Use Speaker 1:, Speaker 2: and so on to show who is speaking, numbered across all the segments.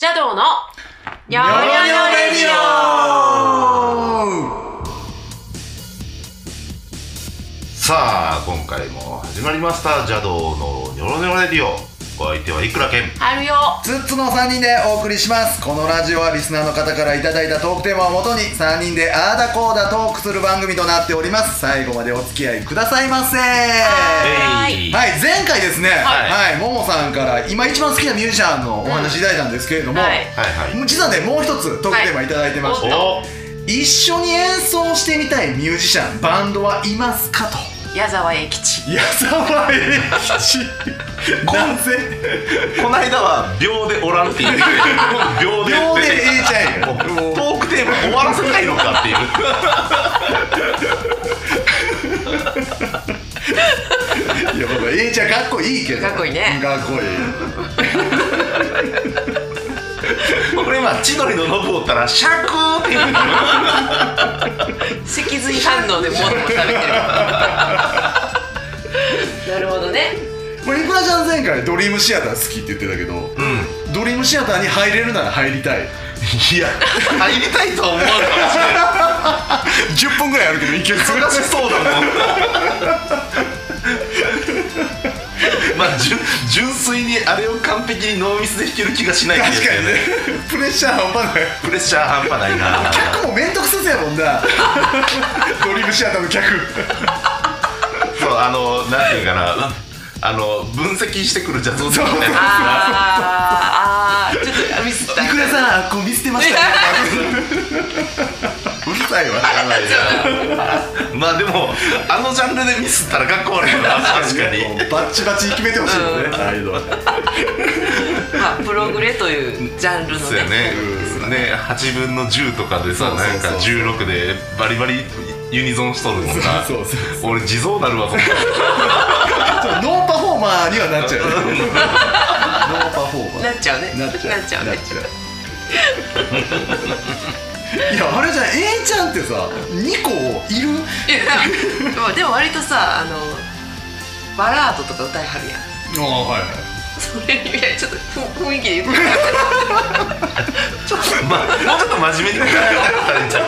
Speaker 1: 邪道のよ
Speaker 2: ニョロニョロレディオさあ今回も始まりました邪道のニョロニョロレディオお相手はいくらけん
Speaker 1: あるよ
Speaker 3: ツッツの3人でお送りしますこのラジオはリスナーの方からいただいたトークテーマをもとに3人であーだこーだトークする番組となっております最後までお付き合いくださいませは
Speaker 1: はーい
Speaker 3: い前回ですね
Speaker 2: は
Speaker 3: はい、ももさんから今一番好きなミュージシャンのお話いただいたんですけれども、
Speaker 1: はい
Speaker 2: はいはい
Speaker 3: 実はねもう一つトークテーマいただいてまして、
Speaker 2: お
Speaker 3: 一緒に演奏してみたいミュージシャンバンドはいますかと
Speaker 1: 矢沢永吉
Speaker 3: 矢沢永 吉男性
Speaker 2: この間は秒でおらんっていう 秒で
Speaker 3: 秒でええちゃえよ
Speaker 2: もうトークテーマ終わらせないのかっていう
Speaker 3: いや、僕、えいちゃん、かっこいいけど。
Speaker 1: かっこいいね
Speaker 3: かっこいい。
Speaker 2: これ今千鳥のノブおったらシ ャクーっていう
Speaker 1: 脊髄反応でもっと食べて るなるほどね
Speaker 3: これ、いくらちゃん、前回、ドリームシアター好きって言ってたけど。
Speaker 2: うん
Speaker 3: ドリームシアターに入れるなら入りたい。
Speaker 2: いや入りたいとは思わなかったしれない
Speaker 3: 十分ぐらいあるけど、一曲
Speaker 2: 難しそうだもん まあ純純粋にあれを完璧にノーミスで弾ける気がしないんです
Speaker 3: 確
Speaker 2: よ
Speaker 3: かにね
Speaker 2: ね。
Speaker 3: プレッシャー半端ない。
Speaker 2: プレッシャー半端ない な
Speaker 3: 客も面倒くさそうやもんな。 ドリームシアターの客。
Speaker 2: そうあのなんていうかなあの分析してくるジャズ音楽みたいな
Speaker 1: あーあーちょっとミスった
Speaker 3: いくらさん、こう見捨てましたね。 うるさいわ。
Speaker 2: やばいなまあでもあのジャンルでミスったらかっこ悪い な確かに
Speaker 3: もうバッチバチに決めてほしいよね。
Speaker 1: うん
Speaker 3: ああいうのは
Speaker 1: まあプログレというジャンルの
Speaker 2: そうや
Speaker 1: ね
Speaker 2: ねね8分の10とかでさ
Speaker 3: そうそうそ
Speaker 2: な
Speaker 3: う
Speaker 2: んか16でバリバリユニゾンしとるもんな
Speaker 3: そうそうそう
Speaker 2: 俺地蔵なるわそんな
Speaker 3: ちょっとノーパフォーマーにはなっち ゃうね。ノーパフォーマー。
Speaker 1: なっちゃうね
Speaker 3: なっちゃう
Speaker 1: なっちゃうね
Speaker 3: なっちゃう いやあれじゃん A ちゃんってさ2個いる
Speaker 1: いやでも割とさあのバラードとか歌いはるやん
Speaker 3: ああはい
Speaker 1: それにいやちょっとふ雰囲気で言ってる
Speaker 2: まあ、もうちょっと真面目に考えたらいいんじゃん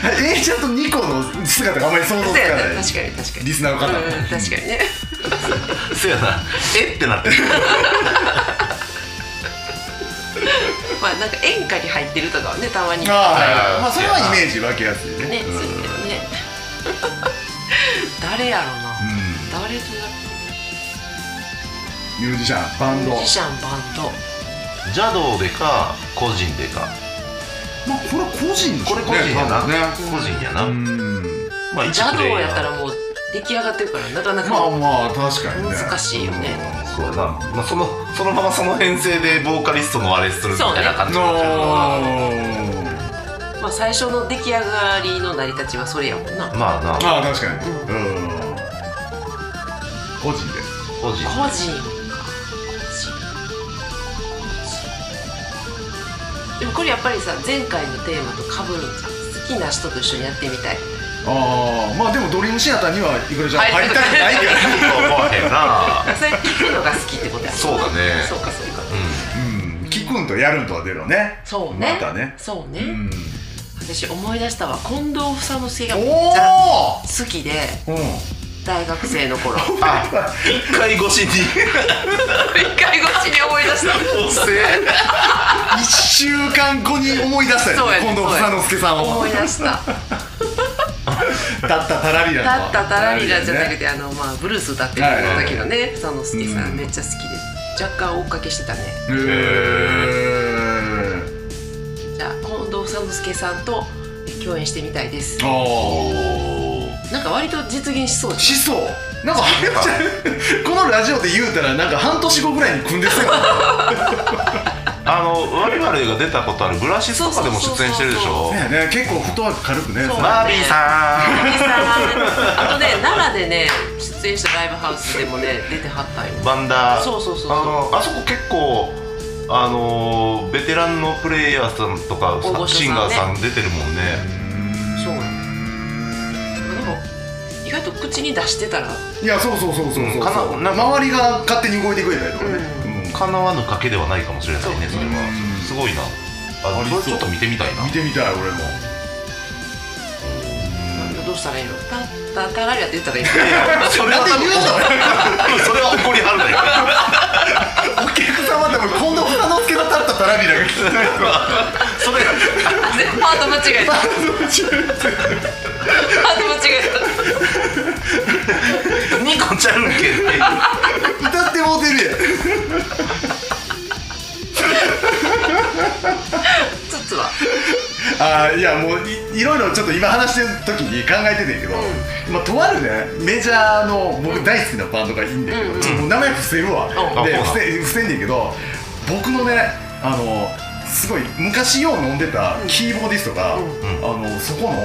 Speaker 3: はい A ちゃんと2個の姿があまり想像つ
Speaker 1: そう
Speaker 3: か
Speaker 1: や
Speaker 3: な
Speaker 1: ね
Speaker 3: い
Speaker 1: 確かに確かに
Speaker 3: リスナーの方も
Speaker 1: うん確かにね
Speaker 2: せやなえってなってる
Speaker 1: まあなんか演歌に入ってるとかはねたまに
Speaker 3: ああはい
Speaker 2: あー
Speaker 3: まあそれはイメージ分けやすいよね
Speaker 1: ね、 そうですね。誰やろな。誰とや
Speaker 3: ミュージシャンバン
Speaker 1: る。
Speaker 3: ド
Speaker 1: ミュ
Speaker 3: ま
Speaker 1: ージシャンバンド。
Speaker 2: 邪道でか個人でか
Speaker 3: あこれは個人でしょ
Speaker 2: これ個人やな、
Speaker 3: ね
Speaker 2: 個人やな、
Speaker 3: 多分ね
Speaker 2: まあ一
Speaker 1: 邪
Speaker 2: プ
Speaker 1: 道
Speaker 2: レイヤー
Speaker 1: やったらもう出来上がってるからなかな
Speaker 3: う
Speaker 1: か
Speaker 3: んまあまあ確かにね
Speaker 1: 難しいよね。
Speaker 2: そうやな、まあ、そのそのままその編成でボーカリストのあれするみたいな感じになっちゃうな
Speaker 3: の
Speaker 1: まあ最初の出来上がりの成り立ちはそれやもんな。
Speaker 2: まあな
Speaker 3: ああ確かにうん個人で
Speaker 2: 個人
Speaker 1: 個人。でもこれやっぱりさ前回のテーマと被るんじゃん好きな人と一緒にやってみたい
Speaker 3: ああまあでもドリームシアターにはいくらじゃん
Speaker 1: 入
Speaker 3: 入
Speaker 1: り
Speaker 3: り
Speaker 1: た
Speaker 3: た
Speaker 1: く
Speaker 3: く
Speaker 1: な
Speaker 3: ないいけど
Speaker 2: そうやな
Speaker 1: そうやって行くのが好きってことや
Speaker 2: そうだね
Speaker 1: そうかそうか
Speaker 2: う
Speaker 3: うん聞くんとやるんとは出るね
Speaker 1: そうね
Speaker 3: またね
Speaker 1: そう
Speaker 3: う
Speaker 1: ね、
Speaker 3: ん
Speaker 1: 私思い出したわ近藤房之助がめっちゃ
Speaker 3: おお
Speaker 1: 好きで
Speaker 3: うん
Speaker 1: 大学生の頃
Speaker 2: んあ一回越しに
Speaker 1: 一回越しに思い出した
Speaker 2: 遅え
Speaker 3: 一週間後に思い出した
Speaker 1: そう
Speaker 3: よ
Speaker 1: や
Speaker 3: ね
Speaker 1: ね
Speaker 3: 近藤房之助さんを
Speaker 1: 思い出した
Speaker 3: だったたらりら
Speaker 1: だったたらりらじゃなく
Speaker 3: て
Speaker 1: てあのまあブルース歌ってるんだけどね房之助さんめっちゃ好きで若干追っかけしてたね
Speaker 3: へえ
Speaker 1: じゃあ近藤房之助さんと共演してみたいです
Speaker 3: ああ
Speaker 1: なんか割と実現しそうじ
Speaker 3: しそうなんかあれじゃんこのラジオで言うたらなんか半年後ぐらいに組んでそうやな
Speaker 2: あの我々が出たことあるブラシスとかでも出演してるでしょ
Speaker 3: そうやね結構フットワーク軽くね
Speaker 1: そう
Speaker 2: マービーさ
Speaker 1: ゃんおじさんあとね奈良でね出演したライブハウスでもね出てはったんよ
Speaker 2: んバンダー
Speaker 1: そうそうそうそう
Speaker 2: あのあそこ結構あのベテランのプレイヤーさんとか
Speaker 1: 大御所さんね
Speaker 2: シンガーさん出てるもんね
Speaker 1: そうなのでも意外と口口に出してたら
Speaker 3: いやそうそうそうそうそう、
Speaker 2: うんかななんか
Speaker 3: 周りが勝手に動いてくれたりとかね、
Speaker 2: かなわぬ賭けではないかもしれないねそれはすごいなあ
Speaker 3: あり
Speaker 2: そ
Speaker 3: そう
Speaker 2: れちょっと見てみたいな
Speaker 3: 見てみたい俺も
Speaker 1: どうしたらいいのタッタタラリアって言ったらいいの
Speaker 2: それは
Speaker 3: なんで言う
Speaker 2: のそれは怒りはるだよ
Speaker 3: お客様でも近藤房之助の立ったタラビラが聞きたいと
Speaker 2: それ
Speaker 1: あ全部パート間違え たパート間違え
Speaker 2: ニコちゃんけって
Speaker 3: 歌ってもうてるやん
Speaker 1: たつつは
Speaker 3: あーいやもういいろいろちょっと今話してる時に考えててんけど、まあ、とあるねメジャーの僕大好きなバンドがいいんだけど、ちょっともう名前伏せるわ、
Speaker 1: うん
Speaker 3: で
Speaker 2: あそうなん
Speaker 3: 伏せ伏せんねんけど僕のねあのすごい昔よう飲んでたキーボーディストが、あのそこ
Speaker 2: ん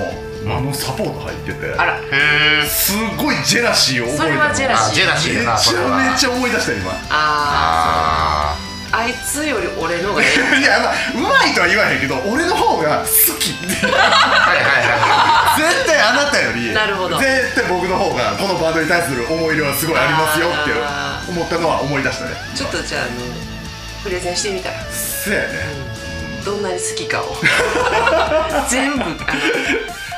Speaker 3: のあのサポート入ってて、
Speaker 1: あら
Speaker 2: へえ
Speaker 3: すごいジェラシーを覚えたの
Speaker 1: それはジェラ
Speaker 2: あジェラシーや
Speaker 3: めちゃ
Speaker 2: なそれは
Speaker 3: めちゃ思い出した今
Speaker 1: あ
Speaker 2: あ
Speaker 1: ーあいつより俺のがえ
Speaker 3: いやまあうまいとは言わへんけど俺の方が好きっていう
Speaker 2: あはいはいは
Speaker 3: 絶対あなたより
Speaker 1: なるほど
Speaker 3: 絶対僕の方がこのバンドに対する思い入れはすごいありますよ
Speaker 1: あ
Speaker 3: って思ったのは思い出したね
Speaker 1: えちょっとじゃああのプレゼンしてみたら
Speaker 3: せやね
Speaker 1: どんなに好き かを全部あの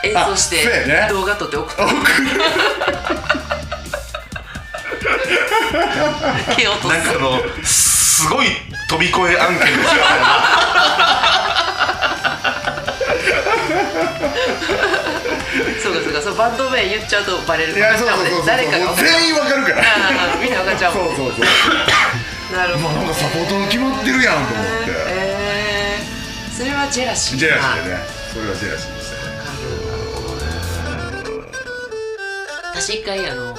Speaker 1: 演奏し
Speaker 3: あそうやね
Speaker 1: て動画撮って送って蹴落と
Speaker 2: いなん
Speaker 1: す
Speaker 2: かあのすごい飛び越え案件ですよ
Speaker 1: そうかそうかそうバンド名言っちゃうとバレる
Speaker 3: い
Speaker 1: か
Speaker 3: や
Speaker 1: ら
Speaker 3: そうそうそうそう
Speaker 1: 誰かが分
Speaker 3: もう
Speaker 1: かる
Speaker 3: 全員わかるから
Speaker 1: ああみんな分かっちゃう
Speaker 3: そうそうそう
Speaker 1: なるほ
Speaker 3: ま
Speaker 1: ど
Speaker 3: あなんかサポートの決まってるやんと思って
Speaker 1: えー、それはジェラシー
Speaker 3: ジェラシー
Speaker 1: ー
Speaker 3: でねそれはジェラシーでしたね
Speaker 1: 私一回あの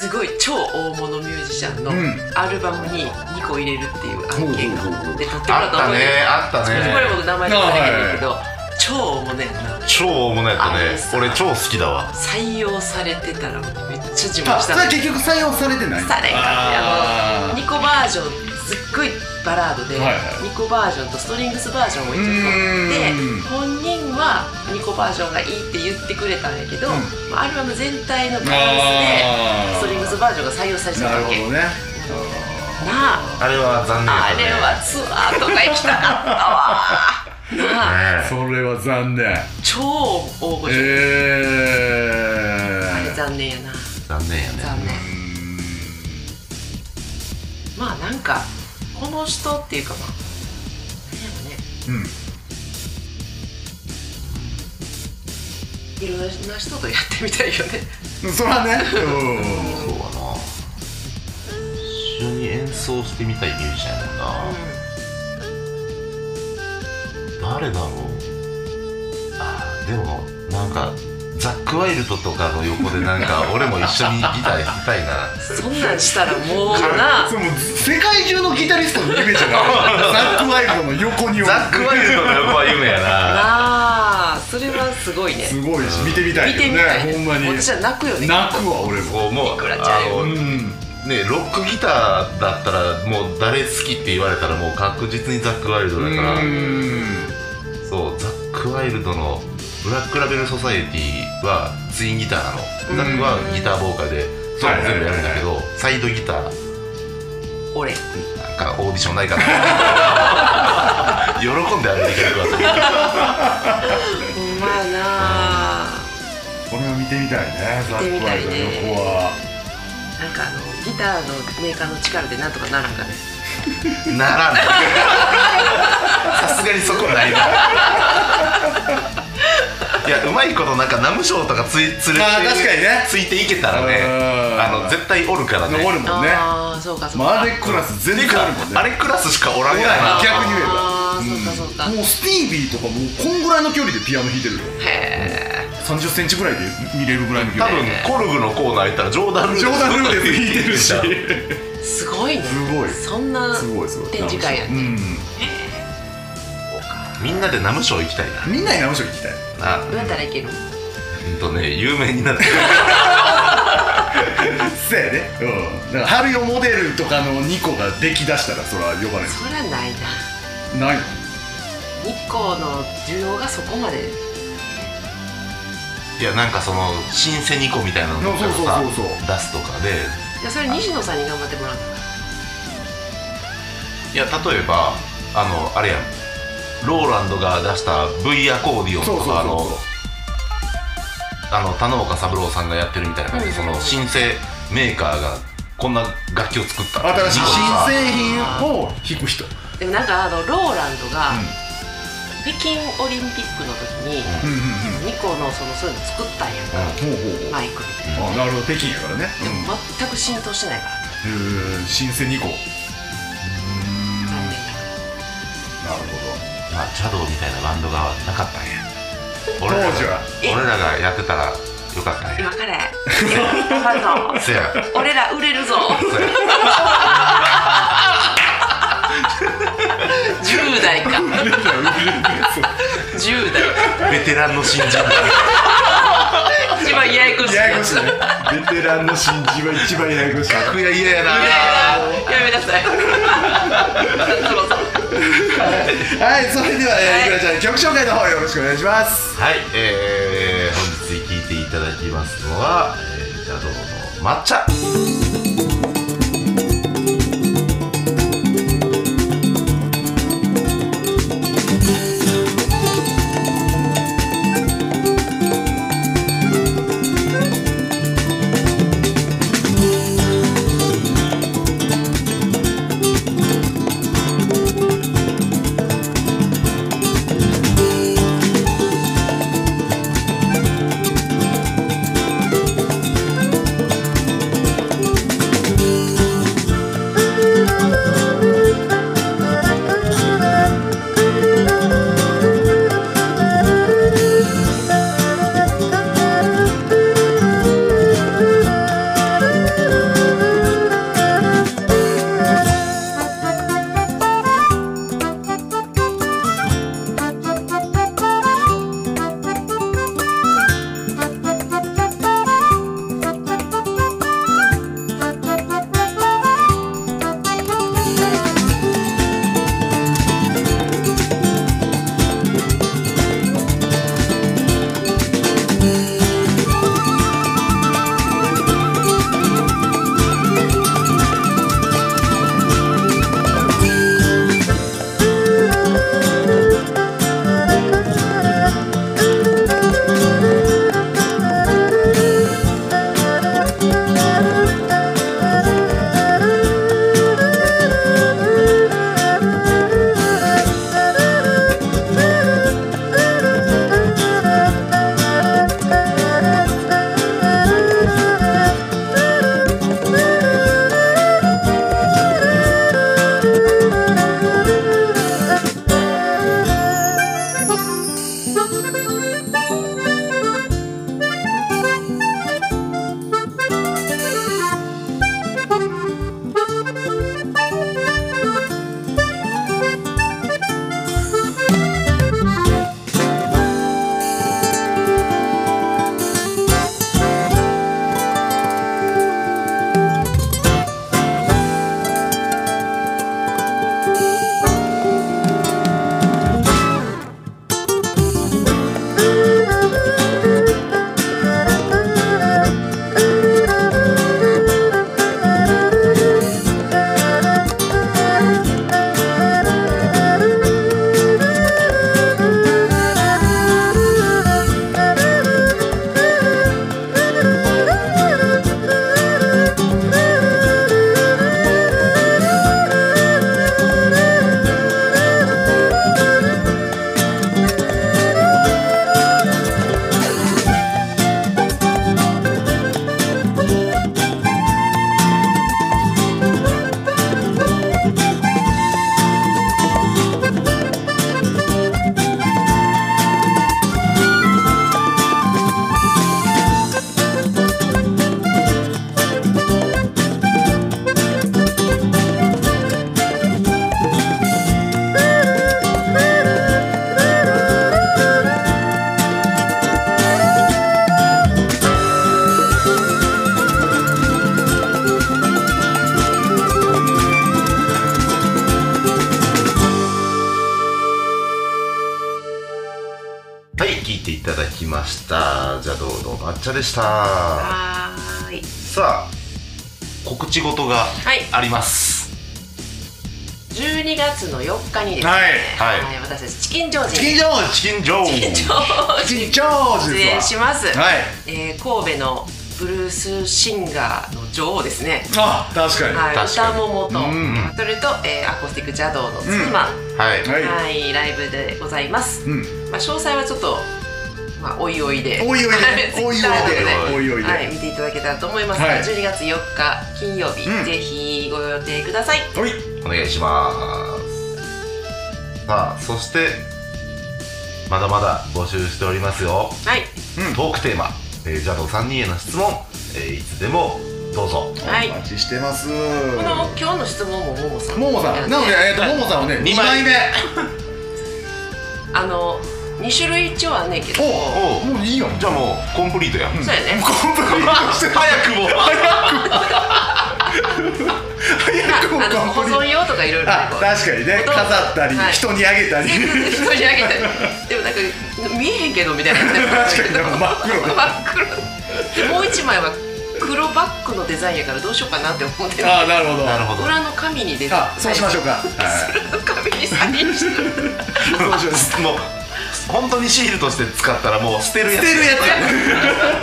Speaker 1: すごい超大物ミュージシャンの
Speaker 3: ん
Speaker 1: アルバムに2個入れるっていう案件が
Speaker 3: ほうほうほう
Speaker 1: で撮 ってもら
Speaker 2: あ
Speaker 1: っ
Speaker 2: ったた
Speaker 1: 思い
Speaker 2: ね
Speaker 1: 出
Speaker 2: あった
Speaker 1: これ
Speaker 2: ね
Speaker 1: 僕名前出さなきゃいけないけど超大物やんな
Speaker 2: 超大物やった
Speaker 1: あ
Speaker 2: ね
Speaker 1: そう
Speaker 2: 俺超好きだわ
Speaker 1: 採用されてたらめっちゃ自
Speaker 3: あ
Speaker 1: 慢した
Speaker 3: それ
Speaker 1: の
Speaker 3: は結局採用されてない
Speaker 1: されへんかってあ
Speaker 3: あ
Speaker 1: の
Speaker 3: ー
Speaker 1: ニコバージョンすっごいバラードで、
Speaker 3: はいはい
Speaker 1: ニコバージョンとストリングスバージョンを一応
Speaker 3: うーん
Speaker 1: 撮って本人はニコバージョンがいいって言ってくれたんやけど、
Speaker 3: ん
Speaker 1: まあアルバム全体のバランス
Speaker 3: あー
Speaker 1: でストリングスバージョンが採用されてた
Speaker 3: なる
Speaker 1: わ
Speaker 3: ほ
Speaker 1: け
Speaker 3: どね
Speaker 1: なあ
Speaker 2: あれは残念だ
Speaker 1: あ
Speaker 2: ったね
Speaker 1: れはツアーとか行きたかったわなあ
Speaker 2: ね
Speaker 3: それは残念
Speaker 1: 超大御所、
Speaker 3: え
Speaker 1: あれ
Speaker 3: ー
Speaker 1: 残念やな
Speaker 2: 残念やね
Speaker 1: 残念まあなんかこの人っていうかまあ何やろね
Speaker 3: うん
Speaker 1: いろんな人とやってみたいよね
Speaker 3: うんそれはね うん
Speaker 2: そうだな一緒に演奏してみたいミュージシャンやもんな、誰だろうあーでもなんかザック・ワイルドとかの横でなん か俺も一緒にギター弾きたいな
Speaker 1: そんなんしたらもうな
Speaker 3: それもう世界中のギタリストの夢じゃないザック・ワイルドの横におる
Speaker 2: ザック・ワイルドの横は夢やな
Speaker 1: なあそれはすごいね
Speaker 3: すごいし見てみたい
Speaker 1: 見
Speaker 3: よ
Speaker 1: てみたい
Speaker 3: ね
Speaker 1: ね
Speaker 3: ほんまに
Speaker 1: こっちは泣くよね
Speaker 3: 泣くわ俺も
Speaker 2: こうも
Speaker 1: い
Speaker 2: う
Speaker 1: くらちゃう
Speaker 2: あの
Speaker 3: う
Speaker 2: ね
Speaker 3: ん
Speaker 2: ロックギターだったらもう誰好きって言われたらもう確実にザック・ワイルドだからそうザック・ワイルドの「ブラック・ラベル・ソサエティ」はツインギターなの
Speaker 3: ん
Speaker 2: ザックはギターボーカルでそう
Speaker 3: はいはいはい
Speaker 2: 全部やるんだけどサイドギター
Speaker 1: 俺
Speaker 2: なんかオーディションないか な喜んであげてくれるわそれ
Speaker 1: ほんまやなあ
Speaker 3: これは見てみたいねザ
Speaker 1: 見てみ
Speaker 3: ック・
Speaker 1: た
Speaker 3: ワ
Speaker 1: い
Speaker 3: イル
Speaker 1: ね
Speaker 3: ドの横は
Speaker 1: なんかあのギターのメーカーの力でなんとかならんかね
Speaker 2: ならないさすがにそこないないやうまいことなんかナムショーとかつい連れて
Speaker 3: あー確かにね
Speaker 2: ついていけたらね
Speaker 3: うん
Speaker 2: あの絶対おるからね
Speaker 3: 残るもんね
Speaker 1: ああそうかそうか
Speaker 3: まああれクラス全然あるもんね
Speaker 2: あれクラスしかおらんや
Speaker 3: おらん
Speaker 2: な
Speaker 3: 逆に言えば
Speaker 1: ああそうかそうか、へ
Speaker 3: もうスティービーとかもうこんぐらいの距離でピアノ弾いてるよ
Speaker 1: え
Speaker 3: 3 0ンチぐらいで見れるぐらいの距
Speaker 2: 多
Speaker 3: 離
Speaker 2: 分コルグのコーナー行ったらジョーダンルー
Speaker 3: ジョーダン・ルーデス弾いてるしす
Speaker 2: 弾いてる
Speaker 1: すごいね
Speaker 3: すごい
Speaker 1: そんな
Speaker 3: ごいすごい
Speaker 1: 展示会や
Speaker 3: う
Speaker 1: ね
Speaker 3: ん
Speaker 2: みんなでナムショー行きたいな
Speaker 3: みんなに直しを聞きたい
Speaker 2: あ
Speaker 1: どうやったらいけるの
Speaker 2: うんとね有名になってる
Speaker 3: そうやねうんだから春よモデルとかの2個ができだしたらそれは呼ばれ
Speaker 1: そりゃないな
Speaker 3: ない
Speaker 1: 日光の需要がそこまで
Speaker 2: いいやなんかその新セニコみたいなのとかをさ
Speaker 3: そうそうそうそ
Speaker 2: 出すとかで
Speaker 1: いやそれは西野さんに頑張ってもらう
Speaker 2: いや例えばあのあれやんローランドが出した V アコーディオン
Speaker 3: そう
Speaker 2: と
Speaker 3: そう
Speaker 2: かあ
Speaker 3: そう
Speaker 2: の
Speaker 3: そう
Speaker 2: あの田之岡三郎さんがやってるみたいな感じで、
Speaker 1: うん
Speaker 2: その新生メーカーがこんな楽器を作ったっていう
Speaker 3: 新しい
Speaker 2: 事故とか
Speaker 3: 新製品を弾く人
Speaker 1: でもなんかあのローランドが
Speaker 3: うん
Speaker 1: 北京オリンピックの時に
Speaker 3: うんうん
Speaker 1: ニコのそのそういうの作ったんやんか
Speaker 3: うんほうほうほう
Speaker 1: マイクみたい
Speaker 3: あなるほど北京やからね
Speaker 1: なでも全く浸透してないから
Speaker 3: うんへー新生2個うーん
Speaker 1: 残
Speaker 3: な
Speaker 1: 念ながら
Speaker 3: る ほ
Speaker 2: まあ、チャドみたいなバンドがなかったんや
Speaker 3: ど当
Speaker 2: 俺らが
Speaker 3: 時は
Speaker 2: 俺らがやってたらよかったん
Speaker 1: 今
Speaker 2: や
Speaker 1: からや頑張るぞ
Speaker 2: せや
Speaker 1: 俺ら売れるぞ
Speaker 2: せや
Speaker 1: 10代か10代
Speaker 2: ベテランの新人だ
Speaker 1: 一番ややこしい
Speaker 3: やや
Speaker 1: や
Speaker 3: こ
Speaker 1: つ
Speaker 3: しいねベテランの新人は一番ややこしい
Speaker 2: 楽屋嫌やな
Speaker 1: やめなさい。そろそろ
Speaker 3: はいそれでは
Speaker 1: はい
Speaker 3: えーいくらちゃん曲紹介の方よろしくお願いします
Speaker 2: はいえー、本日聴いていただきますのは、えー、チャドの抹茶
Speaker 4: 「
Speaker 2: ただきましたじゃあどうどう抹茶でした
Speaker 1: はーい
Speaker 2: さあ告知事が
Speaker 1: はい
Speaker 2: あります
Speaker 1: 12月の4日にですね
Speaker 3: はい
Speaker 2: はい
Speaker 1: 私たちチキンジョージ
Speaker 3: チキンジョージ
Speaker 2: チキンジョー
Speaker 1: チキンジョー
Speaker 3: チキン
Speaker 1: ジ
Speaker 3: ジョージ
Speaker 1: 出
Speaker 3: で
Speaker 1: 演
Speaker 3: す
Speaker 1: し
Speaker 3: わ
Speaker 1: ます、
Speaker 3: はい
Speaker 1: えー神戸のブルースシンガーの女王ですね
Speaker 3: あ確かには
Speaker 1: はい、
Speaker 2: 確か
Speaker 1: 歌
Speaker 2: に
Speaker 1: ももと、
Speaker 3: うん
Speaker 1: それと、えーアコースティック邪道の月間、
Speaker 2: はい、
Speaker 3: い、
Speaker 1: はい、ライブでございます。
Speaker 3: うん
Speaker 1: まあ、詳細はちょっと、まあ、おいおいで。
Speaker 3: おいおいで
Speaker 1: Twitter
Speaker 3: おいおいで
Speaker 1: などで
Speaker 3: おいおいで
Speaker 1: はい、見ていただけたらと思いますが、
Speaker 3: はい
Speaker 1: 12月4日金曜日、
Speaker 3: うん
Speaker 1: ぜひご予定ください。
Speaker 3: おい
Speaker 2: お願いしますさあそしてまだまだ募集しておりますよ
Speaker 1: はい、
Speaker 2: トークテーマ、えー、ジャド3人への質問、えーいつでもどうぞ
Speaker 1: はい
Speaker 3: お待ちしてます
Speaker 1: この今日の質問もももさん。
Speaker 3: ももさんなので、えー、とももさんはね
Speaker 2: 二
Speaker 3: 2枚
Speaker 2: 枚
Speaker 3: 目
Speaker 1: あの、二種類一応はねんけど。
Speaker 3: お
Speaker 2: お
Speaker 3: もういいよ
Speaker 2: じゃあもうコンプリートやん
Speaker 1: そうやね。
Speaker 3: コンプリートしてる
Speaker 2: 早くも
Speaker 3: 早くも
Speaker 1: まああの、
Speaker 3: コ
Speaker 1: 保
Speaker 3: ンプリート
Speaker 1: 存用とかいろいろ。
Speaker 3: あ 確かにね
Speaker 1: 保存
Speaker 3: 飾ったり、
Speaker 1: はい
Speaker 3: 人にあげ たり
Speaker 1: 人にあげたりでもなんか見えへんけどみたいな
Speaker 3: 確かになんか真っ黒で
Speaker 1: 真っ黒でもう一枚は黒バッグのデザインやからどうしようかなって思ってる
Speaker 3: ああなるほど
Speaker 2: なるほど
Speaker 1: 裏の紙にデザイン
Speaker 3: あそうしましょうか、はい
Speaker 1: 裏の紙にサインしてる
Speaker 3: そうしましょう
Speaker 2: もう本当にシールとして使ったらもう捨てるやつ
Speaker 3: 捨てるや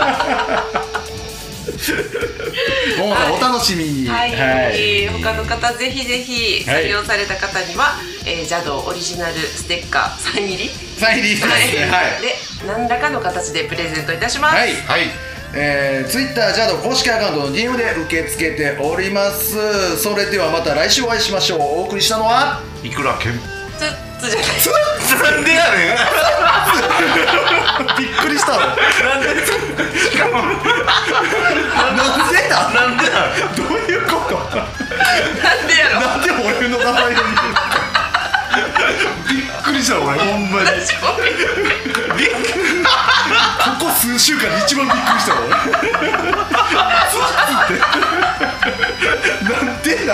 Speaker 3: つ ももさん、
Speaker 1: はい
Speaker 3: お楽しみに
Speaker 1: はい、えー他の
Speaker 3: は
Speaker 1: 方ぜひぜひ
Speaker 3: はい
Speaker 1: 採用された方には、えー、ジャドオリジナルステッカーサイン入り
Speaker 3: サイン入りですねはい、
Speaker 1: で何らかの形でプレゼントいたします、
Speaker 3: はい
Speaker 2: はい
Speaker 3: えー、Twitter ジャド公式アカウントの DM で受け付けておりますそれではまた来週お会いしましょうお送りしたのはい
Speaker 2: くらけ
Speaker 1: つ
Speaker 2: ん
Speaker 1: つじゃない
Speaker 2: なんでやね
Speaker 3: びっくりしたのなんでなんでだ
Speaker 2: んなんでや
Speaker 3: どういうこと
Speaker 1: なんでやろ
Speaker 3: なんで俺の名前が見えるびっくりした俺ほんまに
Speaker 1: 私もびっくり
Speaker 3: ここ数週間で一番びっくりしたわ俺なんでだ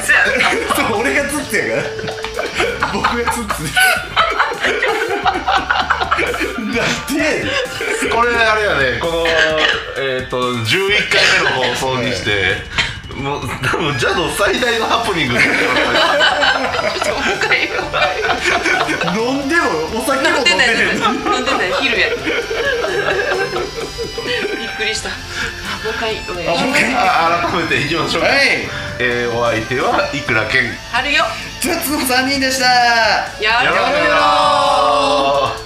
Speaker 1: つつや
Speaker 3: そう俺がつってやから僕がつってなんでやねん
Speaker 2: これあれやねこのえっ、と11回目の放送にしてもう多分ジャド最大のハプニングだよ
Speaker 1: ちょっともう一回言おう
Speaker 3: 飲んでもお酒も
Speaker 1: 飲ん
Speaker 3: 飲ん
Speaker 1: で
Speaker 3: で
Speaker 1: ない
Speaker 3: へんの
Speaker 1: 飲んでない昼や びっくりしたもう一回お願い
Speaker 3: あ
Speaker 1: し
Speaker 3: もう
Speaker 1: ます
Speaker 3: 一回
Speaker 2: あ改めていきましょうか、
Speaker 3: はい
Speaker 2: えーお相手はいくらけん
Speaker 1: 春よ
Speaker 3: ツッツの3人でした
Speaker 1: やるよ
Speaker 2: やろうよ